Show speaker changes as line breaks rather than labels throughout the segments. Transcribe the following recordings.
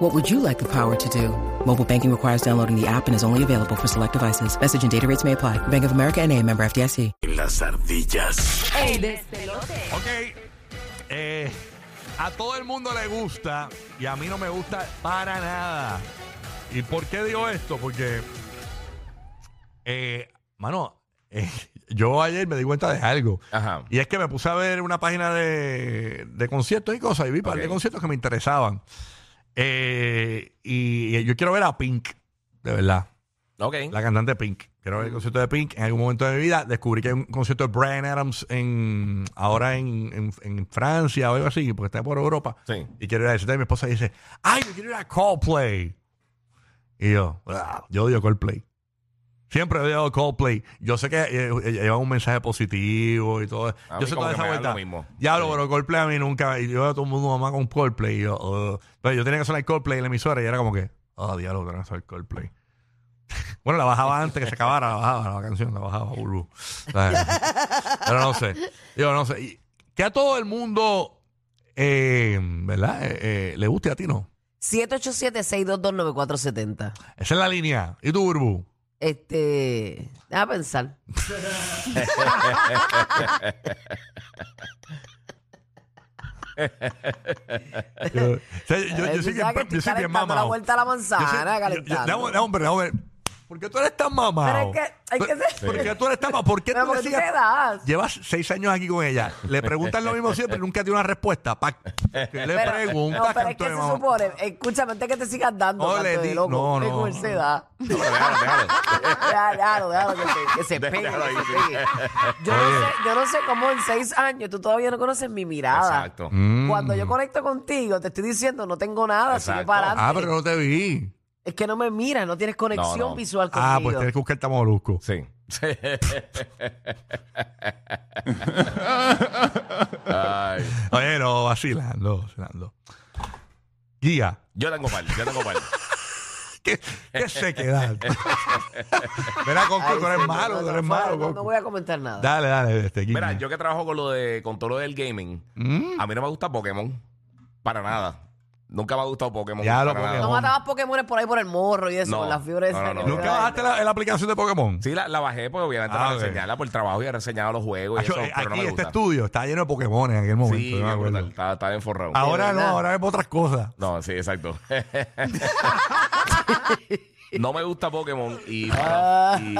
What would you like the power to do? Mobile banking requires downloading the app and is only available for select devices. Message and data rates may apply. Bank of America and a member FDIC.
en las ardillas.
Ok. eh, a todo el mundo le gusta y a mí no me gusta para nada. ¿Y por qué digo esto? Porque, eh, mano, eh, yo ayer me di cuenta de algo.
Ajá.
Y es que me puse a ver una página de, de conciertos y cosas y vi par de
Ok.
conciertos que me interesaban. Eh, y, y yo quiero ver a Pink, de verdad.
Ok.
La cantante Pink. Quiero ver el concierto de Pink. En algún momento de mi vida descubrí que hay un concierto de Brian Adams en, ahora en, en- en Francia o algo así, porque está por Europa.
Sí.
Y quiero ir a eso. Entonces mi esposa dice, ay, yo quiero ir a Coldplay. Y yo, "Ah, yo odio Coldplay. Siempre he odiado Coldplay. Yo sé que eh, eh, lleva un mensaje positivo y todo.
A mí
Yo sé
como
toda
que
esa
me da
vuelta.
lo mismo.
Ya lo,
Sí.
pero Coldplay a mí nunca. Y yo veo a todo el mundo mamá con Coldplay. Y yo, "Ugh". Pero yo tenía que sonar Coldplay en la emisora y era como que, oh, diablo, tengo que sonar Coldplay. bueno, la bajaba antes que se acabara, la bajaba la canción, la bajaba, burbu. Pero no sé. Yo no sé. Y que a todo el mundo, eh, ¿verdad? Eh, eh, le guste a ti, ¿no?
787-622-9470.
Esa es la línea. ¿Y tú, burbu?
Este. A pensar.
Yo, o sea, yo- yo- yo soy bien,
Eh, que
yo soy bien
la
mamado.
vuelta a la manzana,
Yo soy- yo- yo-
Ah, calentando.
dame- dame, hombre, dame. ¿Por qué tú eres tan mamado?
Pero es que hay que ser-
¿Por qué tú eres tan mamado? ¿Por qué
Pero
tú
¿por
le
qué
sigues-
te das?
Llevas seis años aquí con ella. Le preguntas lo mismo siempre y nunca tiene una respuesta. Pa- ¿Qué le
Pero-
preguntas?
no, pero es
canto
que
de
se
mamá?
supone, escúchame, antes que te sigas dando,
No,
canto
le
de
di-
loco.
no,
qué
no,
cool
no.
se da.
No, pero déjalo, déjalo.
Ya, Déjalo, déjalo, que se, que se pegue.
Déjalo ahí,
que se
sí.
pegue. Yo, no sé, yo no sé cómo en seis años tú todavía no conoces mi mirada.
Exacto.
Mm.
Cuando yo conecto contigo, te estoy diciendo, no tengo nada, sigue
Exacto.
para
Ah,
adelante.
pero no te vi.
Es que no me miras, no tienes conexión
No, no.
visual conmigo.
Ah, pues tienes que buscar a Molusco.
Sí. Ay.
Oye, no, vacilando, vacilando. Guía.
Yo tengo pal, yo tengo pal.
¿Qué, qué sequedad? Mira, con
Ay,
tú eres
sí,
malo,
no,
tú
no,
eres
no,
malo.
No, no
Goku.
voy a comentar nada.
Dale, dale, este Guía.
Mira, yo que trabajo con lo de con todo lo del gaming,
Mm.
a mí no me gusta Pokémon. Para nada. Nunca me ha gustado Pokémon.
Ya lo
para
Pokémon.
nada.
no matabas Pokémon por ahí por el morro y eso,
No,
con las fibras.
no,
esas
no,
que
no.
te
¿Nunca
dan.
bajaste la, la aplicación de Pokémon?
Sí, la, la bajé porque obviamente
Ah,
para
ok.
reseñarla por el trabajo y he reseñado los juegos y
Acho,
Pues eso,
eh,
pero
aquí
no me
este
gusta.
estudio está lleno de Pokémon en aquel momento.
sí,
yo me
es
acuerdo.
brutal, está, está enforrado.
Ahora no,
¿verdad?
ahora es otras cosas.
No, sí, exacto. no me gusta Pokémon y,
Ah.
y-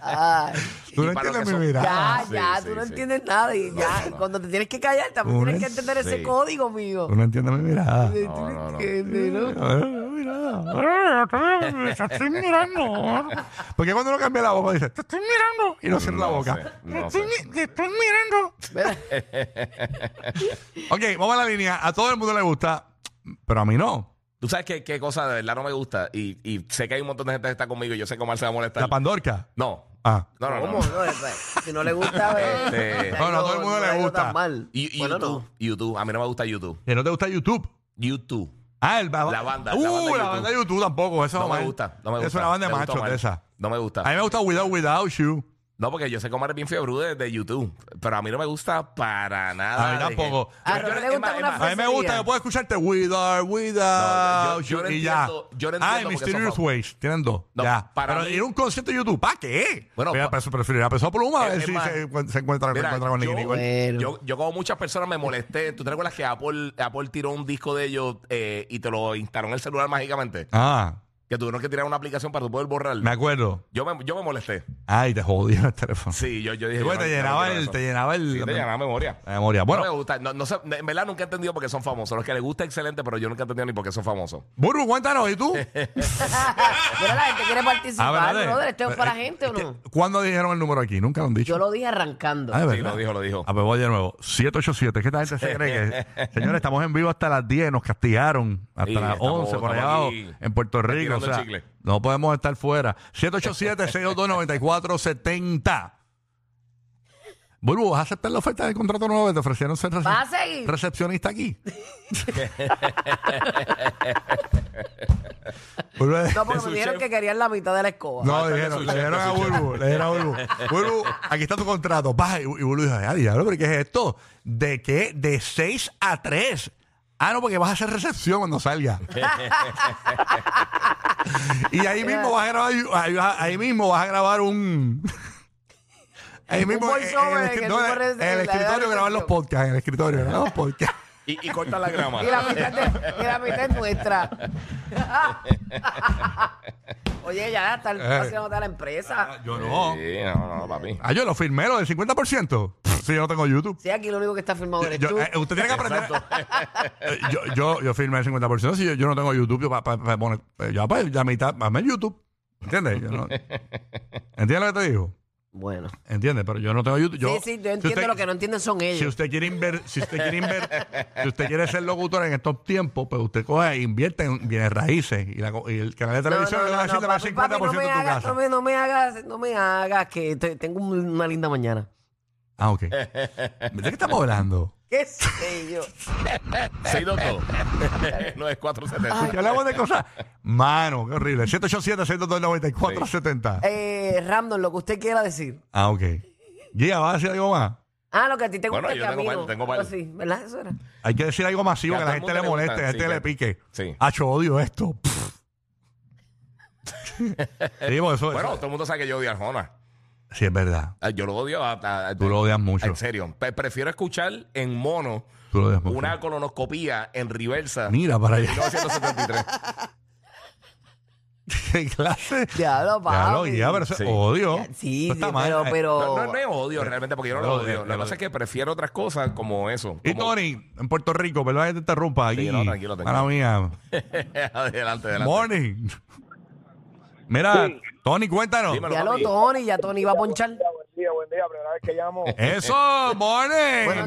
Ay,
Tú
Y
no
para lo
entiendes
que
mi
son-
mirada.
Ah, ya,
sí,
ya,
sí,
tú no
sí.
entiendes nada. Y ya,
no, no.
cuando te tienes que callar, también
Uno
tienes que
es-
entender ese
sí.
código mío.
Tú no entiendes mi mirada.
Tienes
No, no, no.
que entender, ¿no?
Me estoy mirando. Porque cuando uno cambia la boca dice, te estoy mirando. Y no cierra la
No
boca.
sé,
"Te
no
estoy
sé.
mi- Te estoy mirando. ok, vamos a la línea. A todo el mundo le gusta, pero a mí no.
Tú sabes qué, qué cosa de verdad no me gusta y, y sé que hay un montón de gente que está conmigo y yo sé cómo él se va a molestar.
La pandorca.
no,
Ah.
no, no, no.
¿Cómo? No, es- si no le gusta, pues,
Este-
ver.
No, no, a todo el mundo le gusta.
mal.
Y, y
bueno,
YouTube,
no.
YouTube, a mí no me gusta YouTube.
Que no te gusta YouTube.
YouTube.
Ah, el ba-
La banda, la banda
Uh,
de
la
YouTube.
banda de YouTube tampoco. Eso
No me
mal.
gusta, no me gusta.
Es una banda de
Me Ah. gusta
machos
Omar.
de esa.
No me gusta.
A mí me gusta Without Without You.
No, porque yo sé que Omar es bien fiebre de YouTube, pero a mí no me gusta para nada.
A mí
de que-
tampoco.
A
Yo- yo-
Rolly Ah, le
es
gusta
más, es
una
más,
A mí me gusta,
Sería.
yo puedo escucharte Without, Without
No, yo- yo
You,
no
y
entiendo-
ya.
yo no
ah,
entiendo porque
Mysterious
son fam-
Ways, tienen dos.
No,
ya.
para
Pero
mí-
ir a un concierto de YouTube, ¿para qué?
Bueno,
Mira,
pa-
pues, prefiero a Peso Pluma a ver
Es- es
si
más,
se encuent- se encuentra,
Mira,
encuentra con Nicky
yo,
Nicole.
Bueno.
yo- yo como muchas personas me molesté. ¿Tú te acuerdas que Apple, Apple tiró un disco de ellos eh, y te lo instalaron en el celular mágicamente?
Ah,
Que tuvieron que tirar una aplicación para tú poder borrarlo.
me acuerdo.
Yo me, yo me molesté.
Ay, te jodieron el teléfono.
Sí, yo, yo dije...
Sí, porque
yo
te,
no- yo no
llenaba
quiero
el,
eso.
te llenaba el.
Sí, te llenaba memoria.
la memoria. Bueno,
no me gusta. No, no sé, en verdad nunca he entendido por qué son famosos. Los que les gusta excelente, pero yo nunca he entendido ni por qué son famosos.
Burbu, cuéntanos, ¿y tú?
Pero la gente quiere participar,
dale.
brother. ¿Esto es
Pero,
para la
Ah, eh,
gente o
¿qué-
no?
¿Cuándo dijeron el número aquí? Nunca lo han dicho.
Yo lo dije arrancando.
Ah, de
Sí,
verdad.
lo dijo, lo dijo.
Ah, pues voy de nuevo. 787. ¿Qué tal gente se cree que? Señores, estamos en vivo hasta las 10. Nos castigaron hasta
Sí,
las
estamos-
11 por allá
estamos
abajo
aquí.
en Puerto Rico.
Metieron masticando
o sea,
el chicle.
No podemos estar fuera. 787-622-9470. Burbu, ¿vas a aceptar la oferta del contrato nuevo que te ofrecieron ser rece-
¿Vas a seguir?
recepcionista aquí? Burbu,
No, porque
su
me dijeron
chef.
que querían la mitad de la escoba.
No, le
Falta de
dijeron,
su
le
chef,
dijeron
de
a
su chef.
Bulbu, le dijeron a Bulbu, Bulbu, aquí está tu contrato. Pa, y, y Bulbu dijo, ah, diablo, pero ¿qué es esto? ¿De qué? De 6 a 3. Ah, no, porque vas a hacer recepción cuando salga. y ahí mismo vas a grabar, ahí, ahí mismo vas a grabar un... Ahí mismo eh, en- en
voiceover
el,
en
escri-
el
no,
mismo
en-
re-
en
en
el
la
escritorio grabar los
recepción.
podcasts, en el escritorio grabar los podcasts.
Y, y corta la grama.
Y la mitad, de- y la mitad es nuestra. Oye, ya está
Eh.
haciendo a la empresa.
Yo
Sí, no, no, papi.
Ah, yo lo firmé, lo del 50%. Si yo no tengo YouTube.
Sí, aquí lo único que está firmado eres
Yo-
tú.
eh, usted tiene que aprender. Eh, yo, yo, yo firmé el 50%. Si yo, yo no tengo YouTube, yo para poner. eh, Ya, pues, la mitad, hazme el YouTube. ¿Entiendes? Yo no- ¿Entiendes lo que te digo?
Bueno.
¿Entiendes? Pero yo no tengo YouTube. Yo,
sí, sí, yo entiendo lo que no entienden son ellos.
Si usted quiere inver- si usted quiere inver- si usted quiere ser locutor en estos tiempos, pues usted coge e invierte en bienes raíces y, la co- y el canal de televisión le va a decir le va a dar 50%
papi, no
de
me
tu
hagas,
casa.
No me, no me hagas, no me hagas, que te- tengo un- una linda mañana.
Ah, ok. ¿De qué estamos hablando?
¿Qué sé yo?
622. 9470.
Que hablamos de cosas. Mano, qué horrible. 787 622 70
Eh, random, lo que usted quiera decir.
Ah, ok. Gia, ¿vas a decir algo más?
Ah, lo que a ti te gusta
Bueno,
que
yo
a
tengo
mí
par-
no.
tengo par.
Algo así, ¿verdad? Eso era.
Hay que decir algo masivo
Ya
que a la
todo
gente
el
le
mundo le
moleste, que la
gusta,
gente
sí,
le
claro.
pique.
Sí.
Hacho, odio esto. Pff. sí, pues eso,
Bueno,
eso-
todo el mundo sabe que yo odio a Arjona.
Sí, es verdad.
Ah, Yo lo odio. a- a- a-
Tú lo odias mucho.
En serio. Pe- prefiero escuchar en mono
Tú lo odias mucho.
una colonoscopía en reversa.
Mira para allá.
1973.
¿Qué clase?
Ya lo
Ya lo
papi.
ya, pero eso
Sí.
odio.
Sí,
Eso
sí,
está mal. eh.
pero, pero...
No, no, no es odio realmente, porque yo no lo
Lo odio,
odio.
lo
Lo que pasa
odio.
es que prefiero otras cosas como eso.
Y
como-
Tony, en Puerto Rico, perdón que te interrumpa. Aquí,
no, tranquilo, tranquilo.
Mala mía.
adelante, adelante.
Morning. Mira, Tony, cuéntanos.
Dímelo,
Ya lo
papi.
Tony, ya Tony va a ponchar.
Buen día, buen día, primera vez que llamo.
Eh,
Eh,
Eso, morning.
Buenos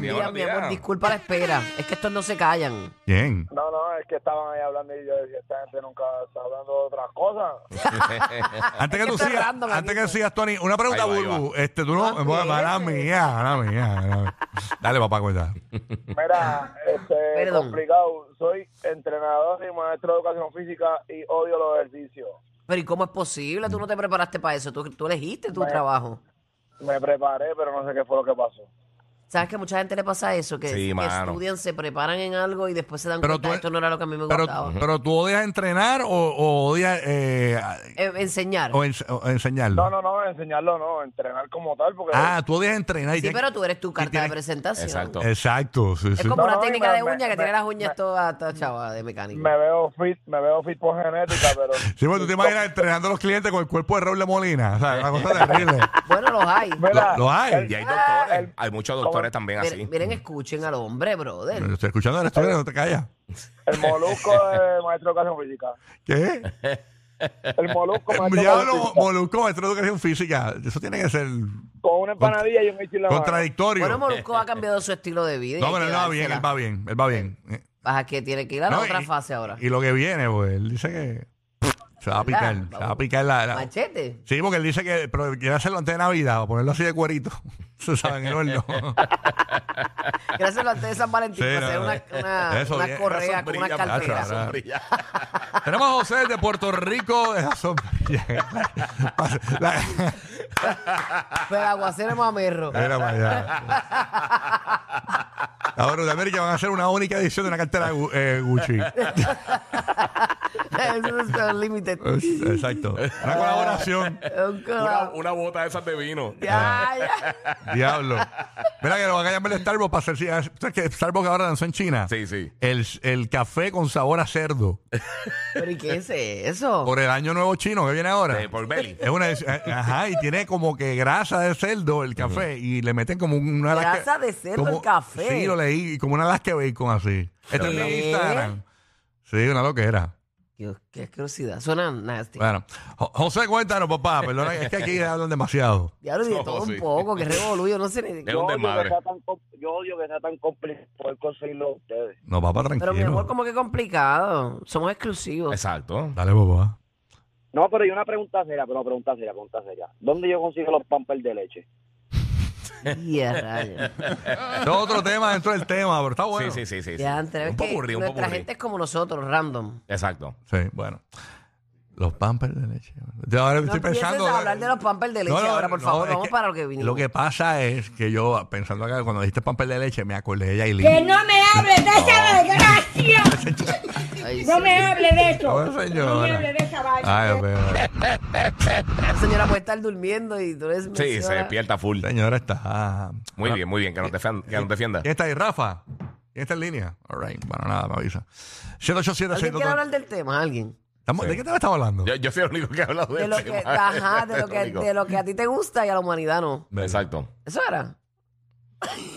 día,
días,
buenos
mi amor.
días.
Disculpa la espera. Es que estos no se callan.
Bien.
No, no, es que estaban ahí hablando y yo decía, esta gente nunca está hablando de otras cosas.
Antes que tú
Está
sigas,
random Ah,
antes
aquí.
que sigas, Tony, una pregunta,
Ahí va, ahí
Burbu. Este, tú no, bueno, mala mía, mala mía, mala mía. Dale, papá, cuenta.
Mira, este,
Perdón.
complicado. Soy entrenador y maestro de educación física y odio los ejercicios.
Pero ¿y cómo es posible? Tú no te preparaste para eso. Tú, tú elegiste tu trabajo.
Me preparé, pero no sé qué fue lo que pasó.
¿Sabes que a mucha gente le pasa eso? Que,
Sí,
que
mano.
estudian, se preparan en algo y después se dan
Pero
cuenta
tú-
esto no era lo que a mí me
Pero,
gustaba.
pero tú odias entrenar o, o odias eh,
Eh, enseñar.
o ens- o enseñarlo.
No, no, no, enseñarlo no, entrenar como tal, porque...
Ah, tú odias entrenar. y
Sí,
tienes-
pero tú eres tu carta
tienes-
de presentación.
Exacto.
Exacto, sí,
Es
sí.
como
No,
una
no, y
técnica
me-
de
me-
uña que
me-
tiene las uñas
me-
todas todas chavas de mecánico.
Me veo fit, me veo fit por genética, pero...
Sí, pero tú te imaginas entrenando a los clientes con el cuerpo de Raúl de Molina. O sea, una cosa terrible.
Bueno, los hay.
Mira,
Lo- lo hay.
el-
Y hay
Ah,
doctores.
el-
hay muchos doctores también así.
Miren, miren, escuchen al hombre, brother.
Estoy escuchando el estudio, no te callas.
el molusco de maestro de educación física.
¿Qué?
El molusco maestro de educación
Diablo,
física.
Molusco, maestro de educación física. Eso tiene que ser
Con una empanadilla y un michi en la mano.
contradictorio.
Bueno, Molusco ha cambiado su estilo de vida. y
No,
hay
pero
que
él va bien,
dársela.
él va bien, él va bien. Eh,
Baja que tiene que ir a la
no,
otra
y-
fase ahora.
Y lo que viene, pues, él dice que se va a picar,
¿Verdad?
se va a picar la... la-
Machete.
Sí, porque él dice que pero quiere hacerlo antes de Navidad, o ponerlo así de cuerito, se sabe, en el horno.
Gracias a antes de San Valentín.
Sí,
para
no,
hacer
no.
una, una,
Eso
una
bien.
correa con una
Sombrilla,
cartera.
macho, sombrilla.
Tenemos a José de Puerto Rico, de la sombrilla. La-
Pero aguacero es mamerro.
Mira para allá. Ahora, de América van a hacer una única edición de una cartera Gu- eh, Gucci.
Eso es un límite.
Es- Exacto. Una colaboración.
Un
Una,
colado.
una bota de esas de vino.
Ah.
Ya, ya.
Diablo. Mira que lo van a llamar el Starbucks para hacer. ¿Sabes que Starbucks ahora lanzó en China?
Sí, sí.
El, el café con sabor a cerdo.
Pero ¿y qué es eso?
Por el año nuevo chino que viene ahora.
Eh, por belly.
Es una. edición- eh, Ajá, y tiene como que grasa de cerdo el café. Y le meten como una.
Grasa de cerdo el café.
Sí, lo leí. y Como una Alaska bacon así. Esto es
¿Qué?
mi Instagram. Sí, una loquera.
Dios, qué asquerosidad. Suena nasty.
Bueno, Jo- José, cuéntanos, papá. Perdona, es que aquí hablan demasiado.
Diablo, y de
No,
todo un
sí.
poco, que revolú, yo no sé ni...
Es un
Yo odio que
desmadre.
sea tan com- Yo odio que sea tan complicado poder conseguirlo ustedes.
No, papá, tranquilo.
Pero mi amor, como que complicado. Somos exclusivos.
Exacto.
Dale, papá.
No, pero hay una pregunta seria, pero pregunta seria, pregunta seria. ¿Dónde yo consigo los pampers de leche?
Y a rayos.
Es otro tema dentro del tema, pero está bueno.
sí, sí, sí, sí. sí.
Ya, Andrés,
un
que
popurrí, un
nuestra
popurrí.
gente es como nosotros, random.
Exacto.
Sí, bueno. Los pampers de leche. Yo ahora
No
estoy
empieces
pensando.
a hablar de los pampers de leche ahora, por favor,
es
vamos para lo que vinimos.
Lo que pasa es que yo, pensando acá, cuando dijiste pamper de leche, me acordé de Yailin.
Que no me hables de esa desgracia.
Ay,
No
sí.
me hables de eso.
No, señora.
No me hables de esa vaina.
Ay, Dios mío.
La señora puede estar durmiendo y tú eres
Sí, se
menciona-
despierta full.
Señora, está.
Muy bien, muy bien, que nos defienda. Que nos defienda.
¿Quién está ahí, Rafa? ¿Quién está en línea? All right. Bueno, nada, me avisa. 787
¿Alguien quiere hablar del tema? ¿Alguien?
Estamos- ¿De qué tema estamos hablando?
Yo, yo soy el único que ha hablado de,
De lo
este
que,
tema.
ajá, de lo que, de lo que a ti te gusta y a la humanidad no.
Exacto.
Eso era.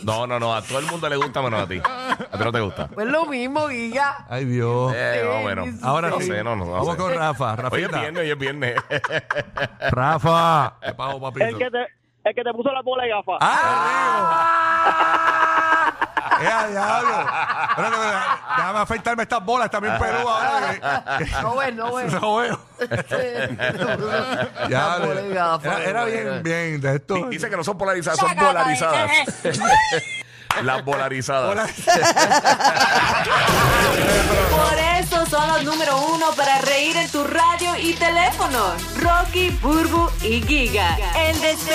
No, no, no. A todo el mundo le gusta menos a ti. A ti no te gusta.
Pues lo mismo, Guilla.
Ay, Dios.
Eh, más o menos.
Ahora
no
sí.
sé, no, no, no
Vamos
sé.
con Rafa.
Hoy es
Rafita.
viernes, hoy es viernes.
Rafa. Te pago, papito.
El que te, el que te puso la bola y gafa.
¡Ah, Dios! ¡Eh, a diablo! Espérate, espérate, déjame afeitarme estas bolas también Perú ahora. que- que-
No ves, no pues. ves.
No veo.
pues.
Ya,
La polémica, la
era, era
polémica.
bien, bien de esto.
Dice que no son polarizadas, son polarizadas.
eh.
Las polarizadas.
Por eso son los número uno para reír en tu radio y teléfono. Rocky, Burbu y Giga. El despelote.